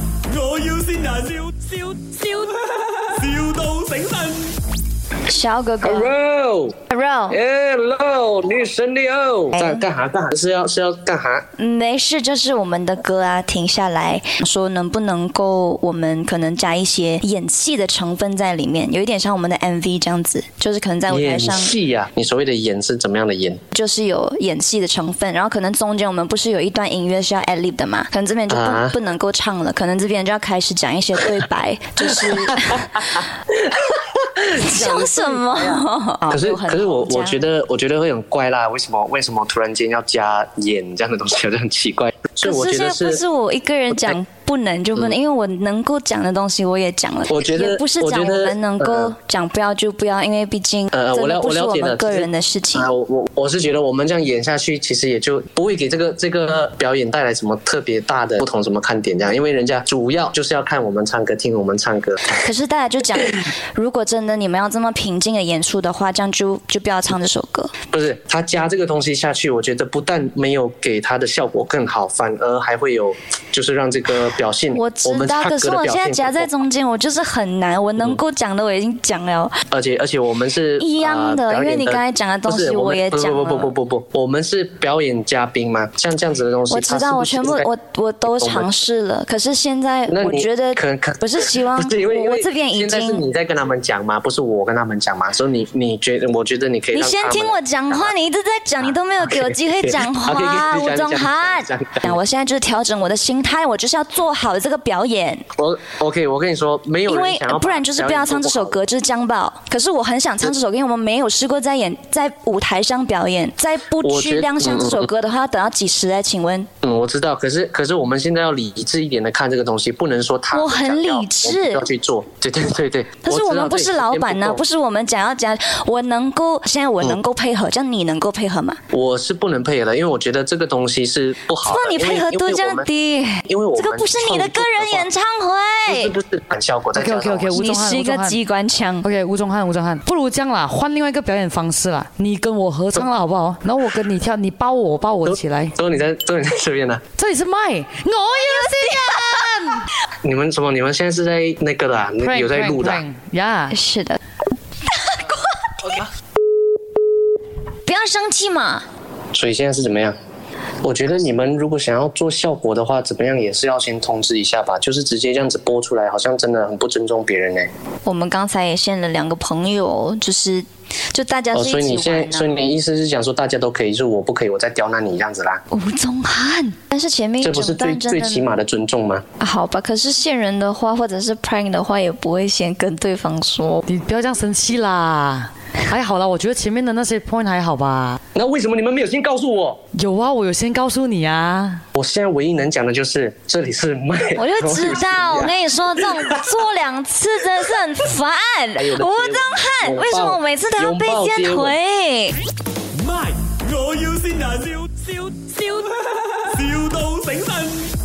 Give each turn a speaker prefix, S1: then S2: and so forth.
S1: 要先人，笑笑笑，,笑到醒神。
S2: 小哥哥
S3: Hello，
S2: ，Hello，
S3: Hello，女神的哦，
S2: 哎
S3: 干干啥干啥？是要是要干啥？
S2: 嗯没事，这是我们的歌啊，停下来说能不能够，我们可能加一些演戏的成分在里面，有一点像我们的 MV 这样子，就是可能在舞台
S3: 演
S2: 上哦
S3: 戏呀、你所谓的演是怎么样的演？
S2: 就是有演戏的成分，然后可能中间我们不是有一段音乐是要 ad lib 的嘛，可能这边就不、
S3: 啊
S2: 不能够唱了，可能这边就要开始讲一些对白， 就是。 笑什么？
S3: 可是
S2: 就很
S3: 可是我
S2: 好
S3: 我
S2: 加
S3: 觉得我觉得会很怪啦，为什么为什么突然间要加演这样的东西，我就很奇怪。所以我
S2: 可是
S3: 觉
S2: 现
S3: 得
S2: 在不是我一个人讲不能就不能，因为我能够讲的东西我也讲了。
S3: 嗯我觉得
S2: 也不是讲
S3: 我
S2: 我
S3: 觉得
S2: 们能够
S3: 呃
S2: 讲不要就不要，因为毕竟
S3: 呃，我
S2: 真的
S3: 了
S2: 不
S3: 我
S2: 是
S3: 了
S2: 我
S3: 解
S2: 们
S3: 的，
S2: 个
S3: 其实
S2: 人的事情
S3: 啊、。我我我是觉得我们这样演下去，其实也就不会给这个这个表演带来什么特别大的不同什么看点这样，因为人家主要就是要看我们唱歌，听我们唱歌。
S2: 可是大家 就讲，如果真的你们要这么平静的演出的话，这样就就不要唱这首歌。
S3: 不是他加这个东西下去，我觉得不但没有给他的效果更好，反而还会有，就是让这个表现，
S2: 我知
S3: 嗯们
S2: 道，
S3: 唱
S2: 可
S3: 歌
S2: 是
S3: 的
S2: 我
S3: 表
S2: 现在
S3: 现嗯
S2: 夹在
S3: 更好，
S2: 中间，我就是很难。我能够讲的我已经讲了，
S3: 而且而且我们是
S2: 一样的
S3: 呃表演
S2: 因为你刚才讲的东西
S3: 不是
S2: 我
S3: 我们
S2: 也讲了
S3: 不不不不不不，我们是表演嘉宾嘛，像这样子的东西，
S2: 我知
S3: 它是
S2: 道，
S3: 不
S2: 我
S3: 是
S2: 全部
S3: 应该
S2: 我我都尝试了。可是现在
S3: 那
S2: 我
S3: 你
S2: 觉得
S3: 可可
S2: 不是希望，
S3: 不是因为因
S2: 我
S3: 为
S2: 我这边已
S3: 现在是
S2: 经
S3: 你在跟他们讲嘛，不是我跟他们讲嘛，所以你你觉得我觉得你可以
S2: 你
S3: 让
S2: 先
S3: 他们啊
S2: 听我讲话，你一直在讲，你都没有给我机会讲 话，吴宗
S3: OK，OK，OK，讲
S2: 涵
S3: 讲讲讲。讲
S2: 我现在就是调整我的心态，我就是要做好这个表演，
S3: 我 OK，我跟你说，没有
S2: 因
S3: 人
S2: 为
S3: 想要
S2: 不然就是不要唱这首歌，就是江宝。可是我很想唱这首歌，因为我们没有试过在演在舞台上表演，在不
S3: 我觉
S2: 去
S3: 得
S2: 亮相这首歌的话，要等到几时来？请问，
S3: 嗯，我知道，可是可是我们现在要理智一点的看这个东西，不能说他
S2: 我很
S3: 想要
S2: 理智
S3: 我们就要去做，对对对对。
S2: 可是我们不是老板呢、不
S3: 是
S2: 是我们讲要讲，我能够现在我能够配合，这样你能够配合吗？
S3: 我是不能配合的，因为我觉得这个东西是不好的。
S2: 哇，你
S3: 因为
S2: 配合度这样，低，
S3: 因为我们
S2: 这
S3: 因为我
S2: 个
S3: 们
S2: 不是你的个人演唱
S3: 创
S2: 会
S3: 作的话。不是不是反效果再
S4: OK
S3: 加
S4: OK
S3: 上
S4: OK，
S3: 我
S4: 吴
S2: 你
S4: 宗翰，
S2: 是一
S4: 吴宗
S2: 个
S4: 翰
S2: 机关枪。
S4: OK，吴宗翰，吴宗翰，不如这样啦，换另外一个表演方式啦，你跟我合
S3: 呃
S4: 唱啦，好不好？然后我跟你跳，你抱我，抱我起来。
S3: 都你在都你在这边呢、
S4: 这里是麦，我要新人。
S3: 你们什么？你们现在是在那个的、啊，你有在录的啊、
S4: 呀？
S2: 是 的。不要生气嘛！
S3: 所以现在是怎么样？我觉得你们如果想要做效果的话，怎么样也是要先通知一下吧，就是直接这样子播出来，好像真的很不尊重别人哎、
S2: 我们刚才也见了两个朋友，就是就大家
S3: 哦，
S2: 是
S3: 所以
S2: 一
S3: 你
S2: 起
S3: 现
S2: 玩啊
S3: 在，所以
S2: 的、
S3: 你的意思是讲说大家都可以，就是我不可以，我在刁难你这样子啦？
S2: 吴宗翰，但是前面一
S3: 这不是
S2: 整
S3: 最
S2: 段真
S3: 最
S2: 的
S3: 起码的尊重吗？
S2: 啊好吧？可是线人的话，或者是 prank 的话，也不会先跟对方 说。
S4: 你不要这样生气啦。还好啦，我觉得前面的那些 point 还好吧。
S3: 那为什么你们没有先告诉我？
S4: 有啊，我有先告诉你啊。
S3: 我现在唯一能讲的就是这里是麦，
S2: 我就知道，我
S3: 哎我啊
S2: 跟你说，这种做两次真的是很烦。
S3: 有
S2: 吴
S3: 的
S2: 宗翰，
S3: 拥抱
S2: 为什么我每次都要被先
S3: 拥抱
S2: 回？
S1: My，我要先人，笑笑笑，,笑到醒神。